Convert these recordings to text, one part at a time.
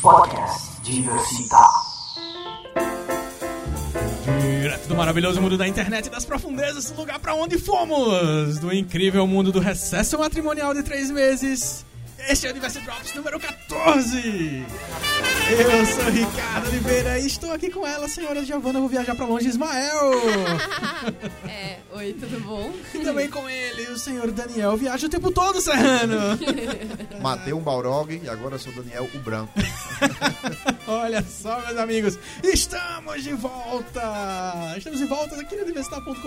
Podcast Diversidade. Direto do maravilhoso mundo da internet e das profundezas, do lugar pra onde fomos! Do incrível mundo do recesso matrimonial de três meses, este é o Universo Drops número 14! Eu sou Ricardo Oliveira e estou aqui com ela, senhora Giovana, vou viajar pra longe, Ismael! É, oi, tudo bom? e também com ele, o senhor Daniel, viaja o tempo todo, Serrano! Matei um Balrog e agora sou Daniel o Branco. Olha só, meus amigos, estamos de volta! Estamos de volta aqui no universitar.com.br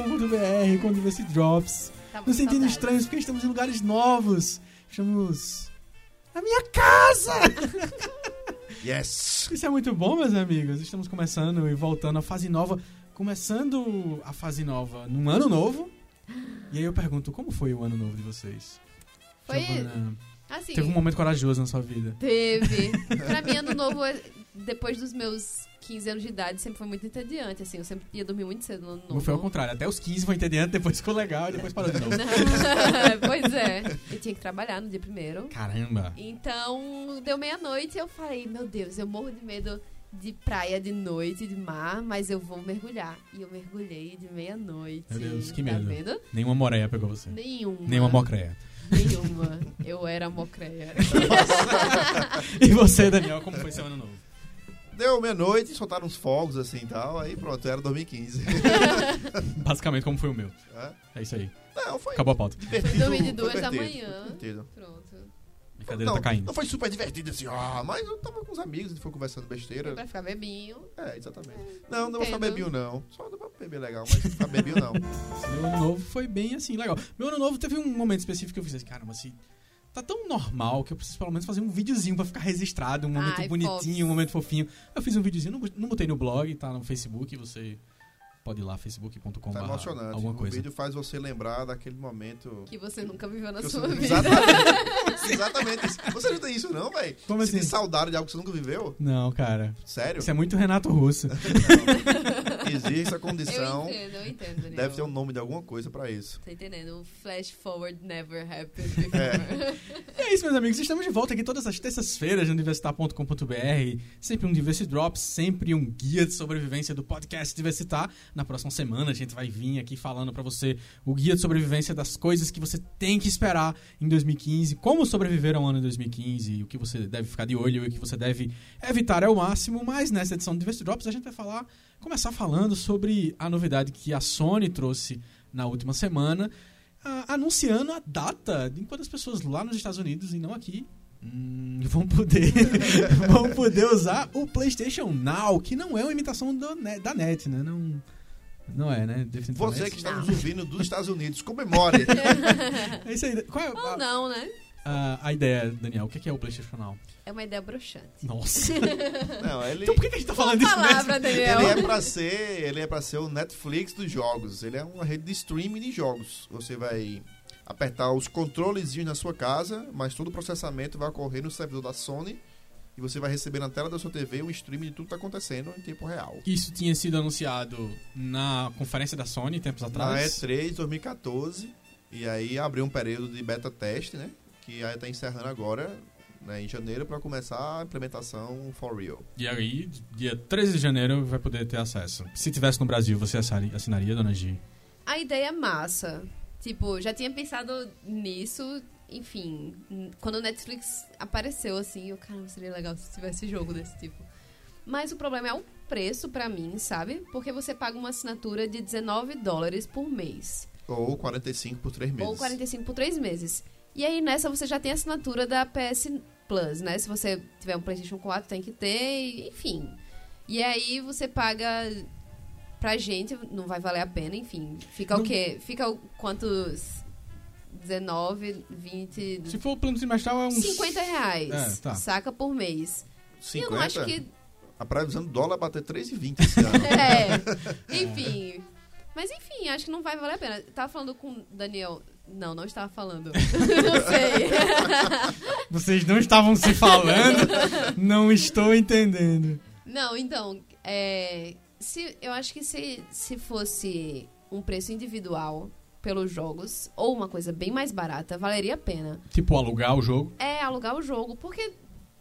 com o University Drops. Tá muito Nos sentindo saudade. estranhos, porque estamos em lugares novos. Estamos na minha casa! Yes! Isso é muito bom, meus amigos. Estamos começando e voltando à fase nova. Começando a fase nova num ano novo. E aí eu pergunto, como foi o ano novo de vocês? Foi, Giovana, assim, teve um momento corajoso na sua vida. teve. pra mim, ano novo, é- depois dos meus 15 anos de idade, sempre foi muito entediante, assim, eu sempre ia dormir muito cedo no ano Não novo. foi ao contrário, até os 15 foi entediante, depois ficou legal e depois parou de novo. Não, pois é, eu tinha que trabalhar no dia primeiro. Caramba! Então, deu meia-noite e eu falei, meu Deus, eu morro de medo de praia de noite, de mar, mas eu vou mergulhar. E eu mergulhei de meia-noite. Meu Deus, que tá medo. Vendo? Nenhuma moreia pegou você. Nenhuma. Nenhuma mocreia. Nenhuma. Eu era mocreia. E você, Daniel, como foi seu ano novo? Deu meia-noite, soltaram uns fogos assim e tal, aí pronto, era 2015. Basicamente, como foi o meu. É. É isso aí. Não, foi Acabou a pauta. divertido. Dormi de foi duas da divertido, manhã. foi divertido. Pronto. Minha cadeira não, tá caindo. não foi super divertido assim, ó, mas eu tava com os amigos, a gente foi conversando besteira. Pra ficar bebinho. É, exatamente. Não, não vou ficar Entendo. bebinho não. Só não vou beber legal, mas ficar bebinho não. Tá Meu ano novo foi bem assim, legal. Meu ano novo teve um momento específico que eu fiz assim, caramba, assim, tá tão normal que eu preciso pelo menos fazer um videozinho pra ficar registrado, um momento Ai, bonitinho, fofo. um momento fofinho. Eu fiz um videozinho, não, não botei no blog, tá no Facebook, você pode ir lá, facebook.com. Tá emocionante. Alguma O coisa. vídeo faz você lembrar daquele momento. Que né? você nunca viveu na que sua você- vida. Exatamente. exatamente isso. Você não tem isso não, velho? Como Você tem assim? saudade de algo que você nunca viveu? Não, cara. Sério? Isso é muito Renato Russo. Existe essa Eu condição. entendo, eu entendo, Daniel. é Deve ter um nome de alguma coisa pra isso. Tá entendendo? O flash forward never happened before. E é isso, meus amigos. Estamos de volta aqui todas as terças-feiras no universitar.com.br. Sempre um Diversi Drops, sempre um guia de sobrevivência do podcast Diversitar. Na próxima semana a gente vai vir aqui falando pra você o guia de sobrevivência das coisas que você tem que esperar em 2015, como sobreviver ao ano de 2015, o que você deve ficar de olho e o que você deve evitar ao máximo. Mas nessa edição do Diversi Drops a gente vai falar, começar falando sobre a novidade que a Sony trouxe na última semana, ah, anunciando a data de quando as pessoas lá nos Estados Unidos e não aqui hum, vão poder vão poder usar o PlayStation Now, que não é uma imitação do ne- da net, né? Não não é, né? Definitivamente. Você que está nos ouvindo dos Estados Unidos, comemore! É isso aí. Qual é Ou a, não, né? a- a ideia, Daniel? O que é que é o PlayStation Now? É uma ideia broxante. Nossa. Não, ele, Então por que que a gente tá falando disso mesmo? Palavra, Daniel. ele é pra ser. Ele é pra ser o Netflix dos jogos. Ele é uma rede de streaming de jogos. Você vai apertar os controlezinhos na sua casa, mas todo o processamento vai ocorrer no servidor da Sony. E você vai receber na tela da sua TV um streaming de tudo que tá acontecendo em tempo real. Isso tinha sido anunciado na conferência da Sony tempos Na atrás. E3 2014, e aí abriu um período de beta teste, né? Que aí tá encerrando agora, né, em janeiro, para começar a implementação for real. E aí, dia 13 de janeiro, vai poder ter acesso. Se tivesse no Brasil, você assari- assinaria, dona G? A ideia é massa. Tipo, já tinha pensado nisso. Enfim, n- quando o Netflix apareceu, assim, eu, caramba, seria legal se tivesse jogo desse tipo. Mas o problema é o preço pra mim, sabe? Porque você paga uma assinatura de 19 dólares por mês. Ou 45 por 3 meses. Ou 45 por 3 meses. E aí nessa você já tem a assinatura da PS Plus, né? Se você tiver um PlayStation 4, tem que ter, e- enfim. E aí você paga pra gente, não vai valer a pena, enfim. Fica Não- o quê? Fica o- quantos? 19, 20, Se for o plano trimestral, é uns... 50 reais. É, tá. Saca por mês. E 50, eu não acho que A previsão do dólar é bater 3,20 esse ano. É. Enfim. Mas enfim, acho que não vai valer a pena. Tava falando com o Daniel. Não, não estava falando. não sei. Vocês não estavam se falando, não estou entendendo. não, então, é, se, eu acho que se, se fosse um preço individual pelos jogos, ou uma coisa bem mais barata, valeria a pena. Tipo, alugar o jogo. É alugar o jogo, porque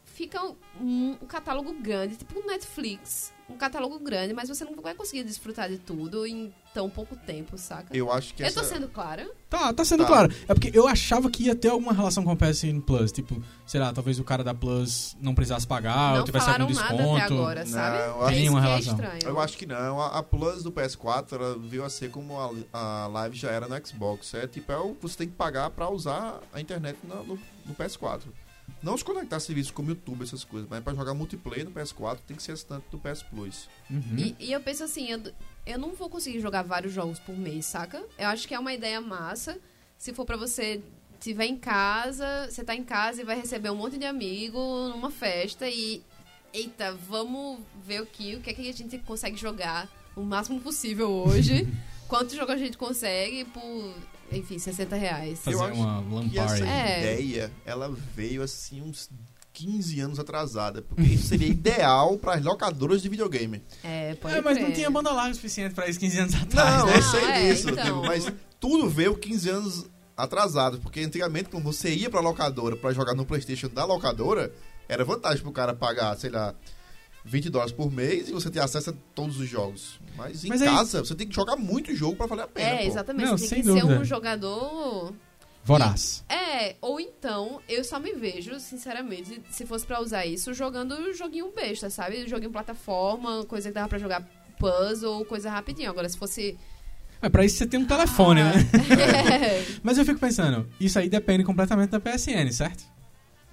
fica um, um catálogo grande, tipo um Netflix, um catálogo grande, mas você não vai conseguir desfrutar de tudo em tão pouco tempo, saca? Eu acho que Eu tô essa- sendo clara? Tá, tá sendo Tá. claro. É porque eu achava que ia ter alguma relação com o PSN Plus. Tipo, sei lá, talvez o cara da Plus não precisasse Ah, pagar ou não tivesse algum falaram desconto. nada até agora, Não, sabe? é eu acho- isso que Nenhuma é relação. estranho. Eu acho que não. A, a Plus do PS4 ela veio a ser como a, a live já era no Xbox. É tipo, é o, você tem que pagar pra usar a internet na- no, no PS4. Não se conectar a serviços como YouTube, essas coisas, mas pra jogar multiplayer no PS4 tem que ser assinante do PS Plus. Uhum. E, e eu penso assim, eu, eu não vou conseguir jogar vários jogos por mês, saca? Eu acho que é uma ideia massa. Se for pra você tiver em casa, você tá em casa e vai receber um monte de amigo numa festa e eita, vamos ver o que, o que é que a gente consegue jogar o máximo possível hoje. Quantos jogos a gente consegue por, enfim, 60 reais. Fazer Eu acho uma E essa lampare. É. ideia, ela veio assim uns 15 anos atrasada, porque isso seria ideal para as locadoras de videogame. É, pode É, mas não crer. tinha banda larga o suficiente pra isso 15 anos atrás, Não, né? eu sei Não, é, disso, então. tipo, mas tudo veio 15 anos atrasado, porque antigamente quando você ia pra locadora pra jogar no PlayStation da locadora, era vantagem pro cara pagar, sei lá, 20 dólares por mês e você ter acesso a todos os jogos. Mas em Mas aí- casa, você tem que jogar muito jogo pra valer a pena, É, pô. exatamente. Não, você sem tem que ser dúvida. um jogador Voraz. É, ou então, eu só me vejo, sinceramente, se fosse pra usar isso, jogando joguinho besta, sabe? Joguinho plataforma, coisa que dava pra jogar puzzle, coisa rapidinho. Agora, se fosse. Mas pra isso você tem um telefone, né? Ah. É. Mas eu fico pensando, isso aí depende completamente da PSN, certo?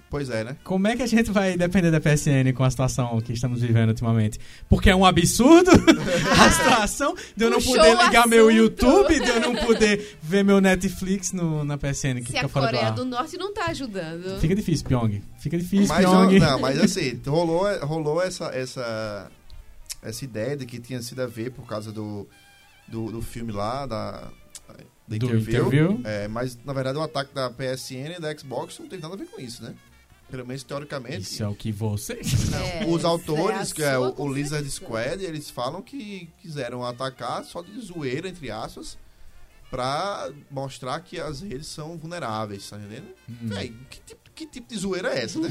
Pois é, né? Como é que a gente vai depender da PSN com a situação que estamos vivendo ultimamente? Porque é um absurdo a situação de eu não puxou poder o ligar meu assunto. YouTube, de eu não poder ver meu Netflix no, na PSN que se fica a fora do Coreia ar. do Norte não tá ajudando. Fica difícil, Pyong. Fica difícil, Mas, Pyong. eu- não, mas assim, rolou, rolou essa, essa, essa ideia de que tinha sido a ver por causa do, do, do filme lá, da, da Do interview. É, mas na verdade o ataque da PSN e da Xbox não tem nada a ver com isso, né? Pelo menos teoricamente. Isso é o que você... É, Os essa autores, é a que é sua o, o Lizard concepção. Squad, eles falam que quiseram atacar só de zoeira, entre aspas, pra mostrar que as redes são vulneráveis, tá entendendo? Hum. Véi, que, tipo, que tipo de zoeira é essa, né?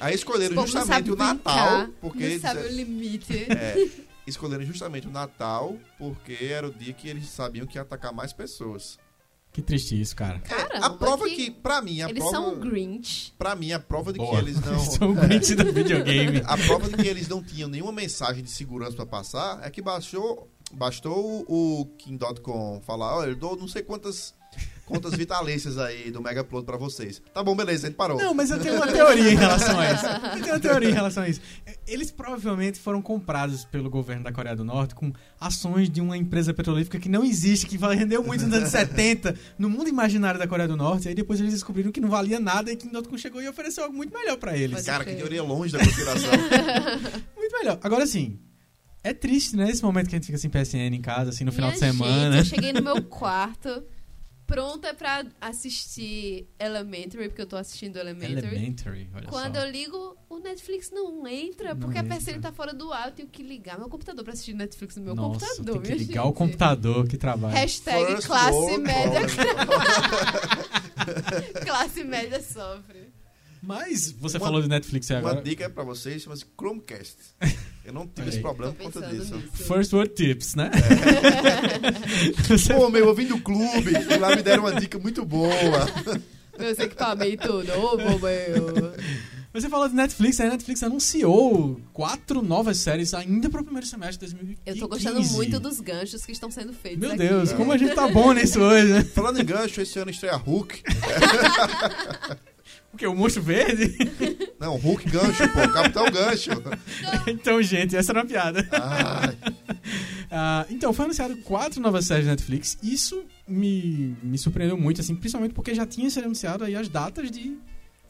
Aí escolheram Esse povo não justamente sabe o Natal, brincar, porque. Não sabe dizer- o limite. é, escolheram justamente o Natal, porque era o dia que eles sabiam que ia atacar mais pessoas. É, Que triste isso, cara. Caramba, a prova que que, pra mim, a Eles é prova. são Grinch. Pra mim, a prova de Boa. que eles não. Sou o Grinch do videogame. A prova de que eles não tinham nenhuma mensagem de segurança pra passar é que baixou, bastou o Kim.com falar, olha, eu dou não sei quantas contas vitalícias aí do Mega Upload pra vocês. Tá bom, beleza, a gente parou. Não, mas eu tenho uma teoria em relação a isso. Eu tenho uma teoria em relação a isso. Eles provavelmente foram comprados pelo governo da Coreia do Norte com ações de uma empresa petrolífera que não existe, que vai- rendeu muito nos anos 70, no mundo imaginário da Coreia do Norte. Aí depois eles descobriram que não valia nada e que Kim chegou e ofereceu algo muito melhor pra eles. Mas- Cara, que teoria é longe da conspiração. Muito melhor. Agora sim, é triste, né? Esse momento que a gente fica sem PSN em casa, assim, no final Minha de semana. Gente, eu cheguei no meu quarto, pronta pra assistir Elementary, porque eu tô assistindo Elementary. Elementary, olha Quando só. eu ligo, o Netflix não entra, Não porque a entra. PSN tá fora do ar. Eu tenho que ligar meu computador pra assistir Netflix no meu Nossa, computador. tem que minha ligar o gente. computador que trabalha. Hashtag First classe world média, problem. classe média sofre. Mas você Uma- falou de Netflix aí agora. Uma dica pra vocês chama-se Chromecast. Eu não tive Olha esse aí. problema Tô por conta pensando disso. nisso. First World Tips, né? É. Pô, meu, eu vim do clube e lá me deram uma dica muito boa. Meus equipamentos novo, meu. Você falou de Netflix, aí a Netflix anunciou quatro novas séries ainda pro primeiro semestre de 2015. Eu tô gostando muito dos ganchos que estão sendo feitos Meu aqui. Deus, como a gente tá bom nisso hoje, né? Falando em gancho, esse ano estreia Hulk. O quê? O Monstro Verde? Não, Hulk gancho, pô, Capitão Gancho. então, gente, essa era uma piada. Ai. Ah, então, foi anunciado quatro novas séries da Netflix. Isso me, me surpreendeu muito, assim, principalmente porque já tinha sido anunciado aí as datas de,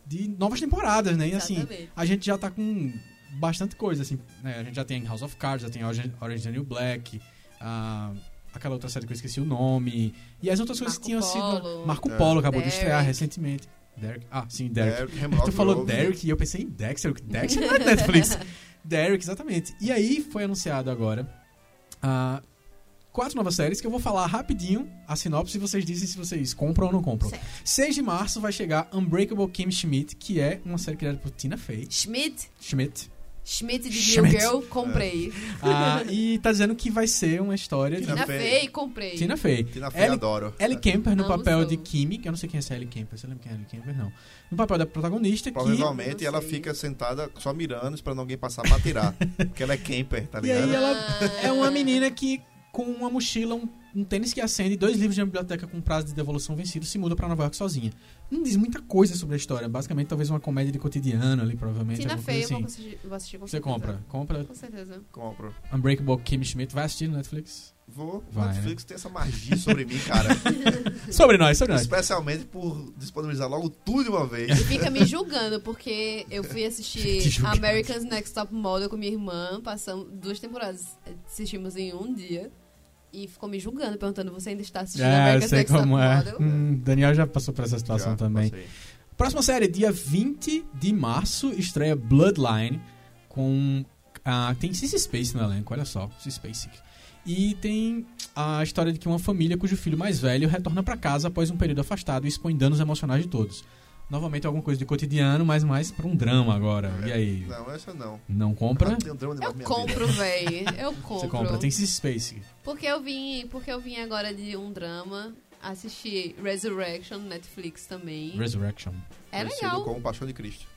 de novas temporadas, né? E assim, Exatamente. a gente já tá com bastante coisa, assim, né? A gente já tem House of Cards, já tem Orange Orange is the New Black, ah, aquela outra série que eu esqueci o nome. E as outras coisas que tinham Marco sido. Polo. Marco É. Polo acabou de Derek. estrear recentemente. Derek. Ah, sim, Derek. Derek Hemlock Tu falou Grove. Derek e eu pensei em Dexter. que Dexter não é Netflix. Derek, exatamente. E aí foi anunciado agora ah, quatro novas séries que eu vou falar rapidinho a sinopse e vocês dizem se vocês compram ou não compram. Certo. 6 de março vai chegar Unbreakable Kim Schmidt, que é uma série criada por Tina Fey. Schmidt, Schmidt. Schmidt de New Schmidt. Girl, comprei. Ah, e tá dizendo que vai ser uma história de É. Tina Tina Fey. Fey, comprei. Tina Fey. Tina Fey, Ellie, adoro. É, Ellie Kemper no Amo papel sou. de Kimi, que eu não sei quem é essa Ellie Kemper, você lembra quem é Ellie Kemper? Não. No papel da protagonista, que... Provavelmente Não ela sei. fica sentada só mirando, esperando alguém passar pra atirar. porque ela é camper, tá E aí ligado? ela Ah. é uma menina que, com uma mochila, um, um tênis que acende, dois livros de uma biblioteca com prazo de devolução vencido, se muda pra Nova York sozinha. Não diz muita coisa sobre a história. Basicamente, talvez uma comédia de cotidiano ali, provavelmente. Tina alguma Fey, assim. coisa eu vou assim. assistir, vou assistir com Você certeza. compra. Compra Com certeza. Compro. Unbreakable Kim Schmidt. Vai assistir no Netflix? Vou. Vai, né? Netflix tem essa magia sobre mim, cara. Sobre nós, sobre nós. Especialmente por disponibilizar logo tudo de uma vez. E fica me julgando, porque eu fui Te assistir julgando. American's Next Top Model com minha irmã, passamos duas temporadas, eh, assistimos em um dia, e ficou me julgando, perguntando, você ainda está assistindo É, eu American's sei Next Top como é. Model? Hum, Daniel já passou por essa situação Já, também. passei. Próxima série, dia 20 de março, estreia Bloodline com. ah, tem Cissy Space no elenco, olha só, Cissy Spacek. E tem a história de que uma família cujo filho mais velho retorna pra casa após um período afastado e expõe danos emocionais de todos. Novamente alguma coisa de cotidiano, mas mais pra um drama agora. E aí? Não, essa não. Não compra? Não tem um drama demais Eu na minha vida. compro, véi. Eu compro. Você compra. Tem Cissy Spacek. Porque eu vim, porque eu vim agora de um drama, assisti Resurrection no Netflix também. Resurrection. é Conhecido legal. como Paixão de Cristo.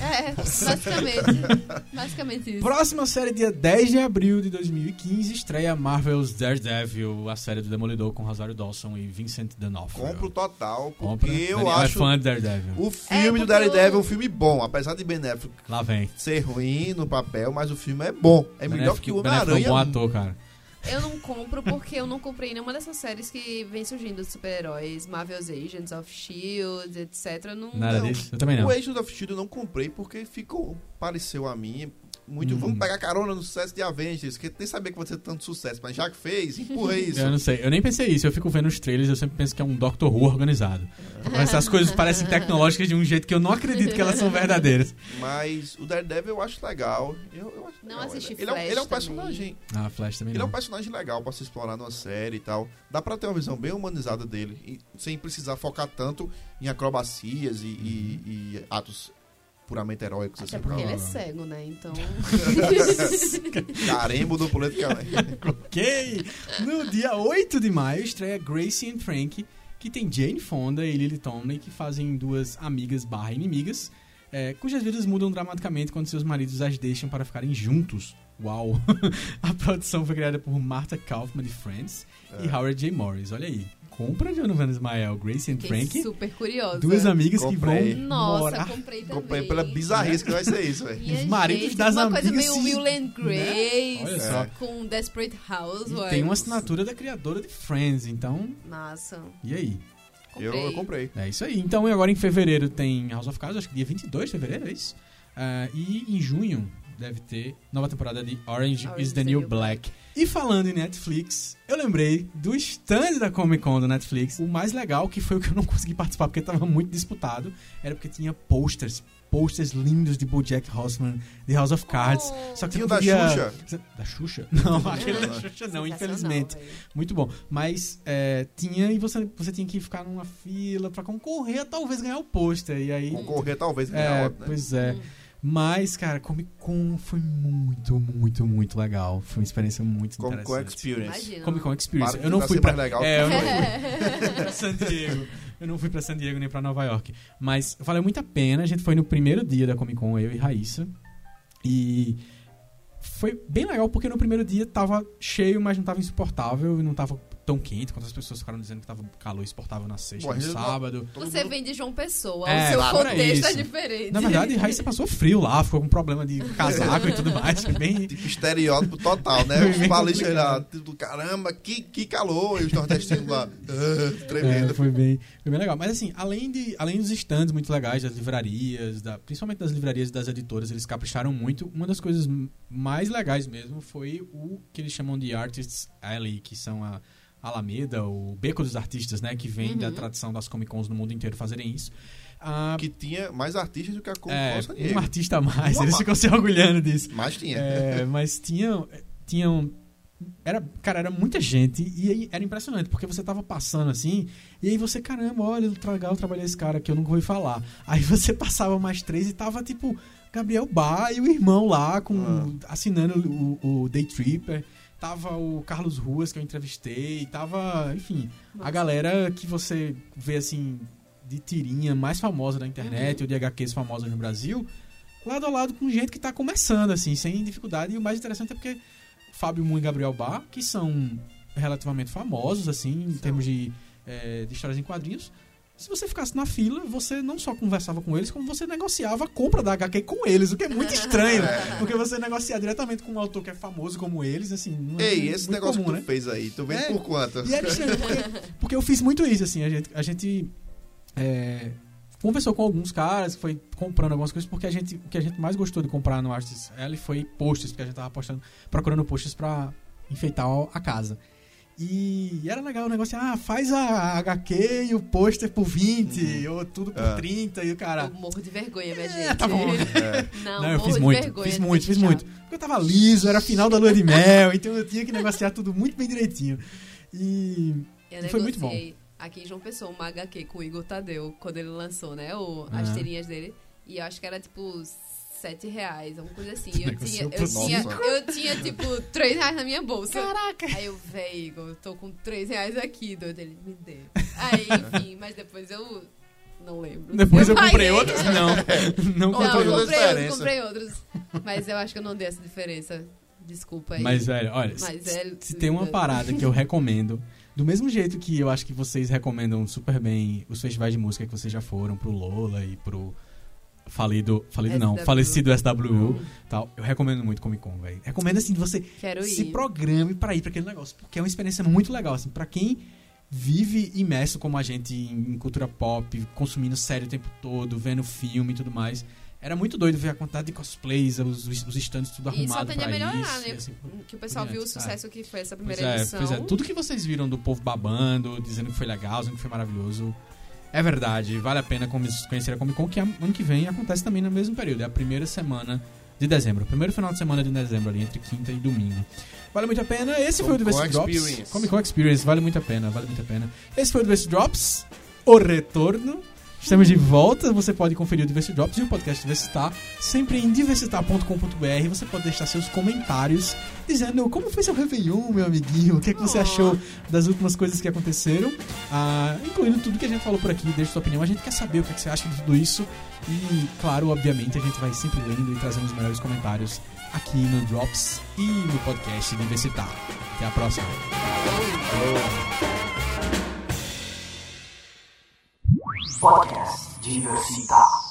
É, basicamente. basicamente isso. Próxima série, dia 10 de abril de 2015, estreia Marvel's Daredevil, a série do Demolidor com Rosario Dawson e Vincent D'Onofrio. Compro total, porque Compra. eu Daniel é acho fã de Daredevil. o filme porque do Daredevil eu- um filme bom. Apesar de Ben Affleck Lá vem. ser ruim no papel, mas o filme é bom. É Ben melhor Affleck- que o Ben Affleck é um bom Homem-Aranha. ator, cara. Eu não compro porque eu não comprei nenhuma dessas séries que vem surgindo de super-heróis, Marvel's Agents of S.H.I.E.L.D., etc. Eu Não, Nada Não. é disso. Eu também não. O Agent of Shield eu não comprei porque ficou, pareceu a mim, muito. Hum. Vamos pegar carona no sucesso de Avengers, que nem sabia que vai ser tanto sucesso, mas já que fez, empurra isso. Eu não sei. Eu nem pensei isso. Eu fico vendo os trailers eu sempre penso que é um Doctor Who organizado. Mas as coisas parecem tecnológicas de um jeito que eu não acredito que elas são verdadeiras. Mas o Daredevil eu acho legal. Eu, eu acho Não legal, assisti ele, é um- Flash ele é um também. personagem. Ah, Flash também Ele é um não. personagem legal pra se explorar numa série e tal. Dá pra ter uma visão bem humanizada dele, e sem precisar focar tanto em acrobacias e, Uhum. e- e atos puramente heróicos. Até Assim, porque ele é provável. cego, né? Então. né? Carembo do né? politicamente. Ok! No dia 8 de maio estreia Gracie and Frank, que tem Jane Fonda e Lily Tomlin, que fazem duas amigas barra inimigas, é, cujas vidas mudam dramaticamente quando seus maridos as deixam para ficarem juntos. Uau! A produção foi criada por Martha Kaufman de Friends e Howard J. Morris. Olha aí. Compra de Ana Ismael, Gracie and Fiquei Frank. super curiosa. Duas amigas que Comprei. vão Nossa, morar. comprei também. Comprei pela bizarrice que vai ser isso, velho. Minha Os maridos gente, das uma coisa amigas meio se- Will and Grace. Olha só. Com Desperate E Housewives. tem uma assinatura da criadora de Friends, então. Massa. E aí? Eu, Comprei. eu comprei. É isso aí. Então, e agora em fevereiro tem House of Cards, acho que dia 22 de fevereiro, é isso? Ah, e em junho deve ter nova temporada de Orange, is the New Black. E falando em Netflix, eu lembrei do stand da Comic Con do Netflix. O mais legal, que foi o que eu não consegui participar porque tava muito disputado, era porque tinha posters. Posters lindos de Bojack Horseman, de House of Cards. Oh. Só que você Tinha o da podia- Xuxa. Você- Da Xuxa? Não, aquele da Xuxa não, Sensacional, infelizmente. véi. Muito bom. Mas é, tinha e você, você tinha que ficar numa fila pra concorrer a talvez ganhar o pôster. E aí. Concorrer talvez e ganhar É, outro, né? pois é. Hum. Mas, cara, Comic Con foi muito, muito, muito legal. Foi uma experiência muito Como com interessante. Experience. Imagina. Comic Con é Experience. Para de eu não tentar fui ser pra. mais legal é, eu que não foi. fui pra San Diego. Eu não fui pra San Diego nem pra Nova York. Mas valeu muito a pena. A gente foi no primeiro dia da Comic Con, eu e Raíssa. E foi bem legal porque no primeiro dia tava cheio, mas não tava insuportável e não tava tão quente quanto as pessoas ficaram dizendo que tava calor insuportável na sexta, Bom, no a gente não- sábado. Todo Você mundo- vem de João Pessoa, É, o seu claro, é contexto é isso. diferente. Na verdade, Raíssa passou frio lá, ficou com problema de casaco e tudo mais. Foi bem, Tipo, estereótipo total, né? Os paulistas lá, tipo, caramba, que, que calor! E os nordestinos lá, ah, É, tremendo. foi, bem, foi bem legal. Mas assim, além, de, além dos stands muito legais, das livrarias, da- principalmente das livrarias e das editoras, eles capricharam muito. Uma das coisas m- mais legais mesmo foi o que eles chamam de Artists Alley, que são a Alameda, o Beco dos Artistas, né? Que vem da tradição das Comic Cons no mundo inteiro fazerem isso. Ah, Que tinha mais artistas do que a Comic é, Con San Diego. um artista a mais, Uma eles ma- ficam se orgulhando disso. Mas tinha. É, mas tinham, tinham Era, cara, era muita gente e aí era impressionante, porque você tava passando assim, e aí você, caramba, olha, legal trabalhar esse cara que eu nunca ouvi falar. Aí você passava mais três e tava tipo Gabriel Bar e o irmão lá com assinando o, o Day Tripper. Tava o Carlos Ruas que eu entrevistei, tava, enfim, a galera que você vê assim de tirinha mais famosa da internet ou de HQs famosas no Brasil, lado a lado com gente que tá começando, assim, sem dificuldade. E o mais interessante é porque Fábio Moon e Gabriel Bar, que são relativamente famosos, assim, em termos de, é, de histórias em quadrinhos. Se você ficasse na fila, você não só conversava com eles, como você negociava a compra da HQ com eles, o que é muito estranho, né? porque você negociar diretamente com um autor que é famoso como eles, assim, não é Ei, muito esse negócio comum, que tu né? fez aí, tu vende É, por quanto? E era estranho, porque, porque eu fiz muito isso, assim. A gente, a gente é, conversou com alguns caras, foi comprando algumas coisas, porque a gente, o que a gente mais gostou de comprar no Arts L foi posters, porque a gente tava postando, procurando posters pra enfeitar a casa. E era legal o negócio, ah, faz a HQ e o pôster por 20, ou tudo por É. 30, e o cara... Eu morro de vergonha, minha É, gente. tá bom. É. Não, Não, eu morro fiz de muito, vergonha fiz de muito, fiz deixar. muito. Porque eu tava liso, era final da lua de mel, então eu tinha que negociar tudo muito bem direitinho. E Eu E foi muito bom. negociei Aqui em João Pessoa, uma HQ com o Igor Tadeu, quando ele lançou, né? O, As Aham. tirinhas dele. E eu acho que era tipo. 7 reais, alguma coisa assim. Tu Eu tinha, eu, negociou tinha, por eu tinha, tipo, 3 reais na minha bolsa. Caraca! Aí eu, véi, Igor, eu tô com 3 reais aqui, doido. Ele, me dê. Aí, enfim, mas depois eu não lembro. Depois eu, comprei paguei. outros? Não. Não Não, comprei Outra outros. eu comprei coisa outros, diferença. comprei outros. Mas eu acho que eu não dei essa diferença. Desculpa aí. Mas, velho, olha, se- Mas se, é se tem uma linda. parada que eu recomendo, do mesmo jeito que eu acho que vocês recomendam super bem os festivais de música que vocês já foram, pro Lola e pro falido, falido não, SWU. falecido SWU, tal, eu recomendo muito Comic Con, velho. Recomendo, assim, você Quero ir. se programe pra ir pra aquele negócio, porque é uma experiência muito legal, assim, para quem vive imerso como a gente em em cultura pop, consumindo série o tempo todo, vendo filme e tudo mais. Era muito doido ver a quantidade de cosplays, os, os stands tudo E só arrumado tende a pra melhorar, isso. né? e assim, Que o pessoal viu o Brilhante, sucesso que foi essa pois primeira é, edição. pois é, tudo que vocês viram do povo babando, dizendo que foi legal, dizendo que foi maravilhoso, é verdade, vale a pena come- conhecer a Comic Con, que a- ano que vem acontece também no mesmo período, é a primeira semana de dezembro, o primeiro final de semana de dezembro ali, entre quinta e domingo. Vale muito a pena, esse foi o Comic Con Diverse Drops. Experience. Comic Con Experience, vale muito a pena, vale muito a pena. Esse foi o Diverse Drops, o retorno. Estamos de volta, você pode conferir o Diverse Drops e o podcast Diversitar, sempre em diversitar.com.br. Você pode deixar seus comentários dizendo como foi seu Réveillon, meu amiguinho, o que, é que você Oh. Ah. achou das últimas coisas que aconteceram, ah, incluindo tudo que a gente falou por aqui, deixa sua opinião. A gente quer saber o que, é que você acha de tudo isso e, claro, obviamente, a gente vai sempre lendo e trazendo os melhores comentários aqui no Drops e no podcast Diversitar. Até a próxima. Podcast Diversita.